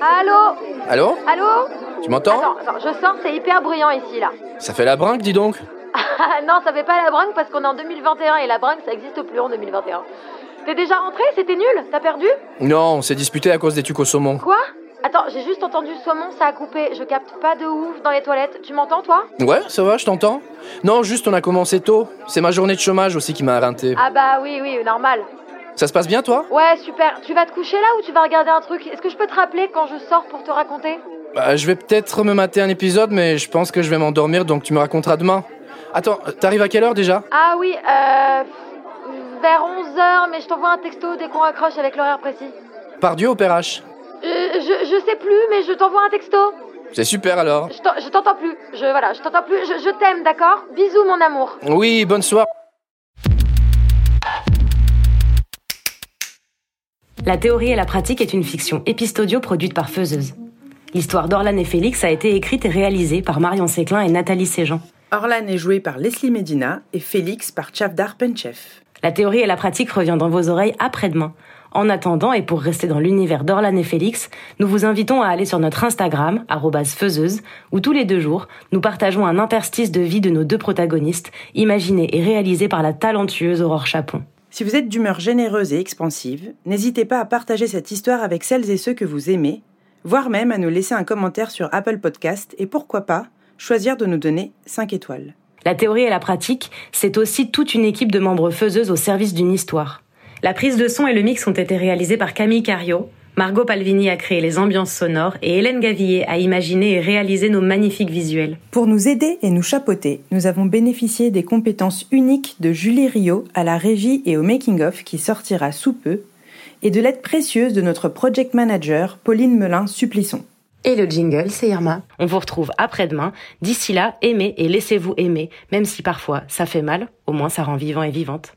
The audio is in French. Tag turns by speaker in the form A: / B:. A: Allô
B: Allô
A: Allô
B: Tu m'entends
A: attends, attends, je sors, c'est hyper bruyant ici, là.
B: Ça fait la brinque, dis donc
A: Ah, non, ça fait pas la brinque parce qu'on est en 2021 et la brinque, ça existe plus en 2021. T'es déjà rentré C'était nul T'as perdu
B: Non, on s'est disputé à cause des tucs au saumon.
A: Quoi Attends, j'ai juste entendu saumon, ça a coupé. Je capte pas de ouf dans les toilettes. Tu m'entends, toi
B: Ouais, ça va, je t'entends Non, juste on a commencé tôt. C'est ma journée de chômage aussi qui m'a rinté.
A: Ah bah oui, oui, normal.
B: Ça se passe bien, toi
A: Ouais, super. Tu vas te coucher là ou tu vas regarder un truc Est-ce que je peux te rappeler quand je sors pour te raconter
B: Bah, je vais peut-être me mater un épisode, mais je pense que je vais m'endormir, donc tu me raconteras demain. Attends, euh, t'arrives à quelle heure déjà
A: Ah oui, euh... Vers 11h, mais je t'envoie un texto dès qu'on raccroche avec l'horaire précis.
B: Par Dieu au PRH.
A: Euh, je, je sais plus, mais je t'envoie un texto.
B: C'est super alors.
A: Je t'en- je t'entends plus. Je voilà, je t'entends plus. Je, je t'aime, d'accord Bisous, mon amour.
B: Oui, bonne soirée.
C: La théorie et la pratique est une fiction épistodio produite par Feuzeuse. L'histoire d'Orlan et Félix a été écrite et réalisée par Marion Séclin et Nathalie Séjean.
D: Orlan est joué par Leslie Medina et Félix par Chavdar Penchef.
C: La théorie et la pratique revient dans vos oreilles après-demain. En attendant, et pour rester dans l'univers d'Orlan et Félix, nous vous invitons à aller sur notre Instagram, arrobase feuseuse, où tous les deux jours, nous partageons un interstice de vie de nos deux protagonistes, imaginé et réalisé par la talentueuse Aurore Chapon.
D: Si vous êtes d'humeur généreuse et expansive, n'hésitez pas à partager cette histoire avec celles et ceux que vous aimez, voire même à nous laisser un commentaire sur Apple Podcast et pourquoi pas choisir de nous donner 5 étoiles.
C: La théorie et la pratique, c'est aussi toute une équipe de membres faiseuses au service d'une histoire. La prise de son et le mix ont été réalisés par Camille Cario. Margot Palvini a créé les ambiances sonores et Hélène Gavillier a imaginé et réalisé nos magnifiques visuels.
D: Pour nous aider et nous chapeauter, nous avons bénéficié des compétences uniques de Julie Rio à la régie et au making-of qui sortira sous peu, et de l'aide précieuse de notre project manager Pauline Melin-Supplisson.
C: Et le jingle, c'est Irma. On vous retrouve après-demain. D'ici là, aimez et laissez-vous aimer, même si parfois ça fait mal, au moins ça rend vivant et vivante.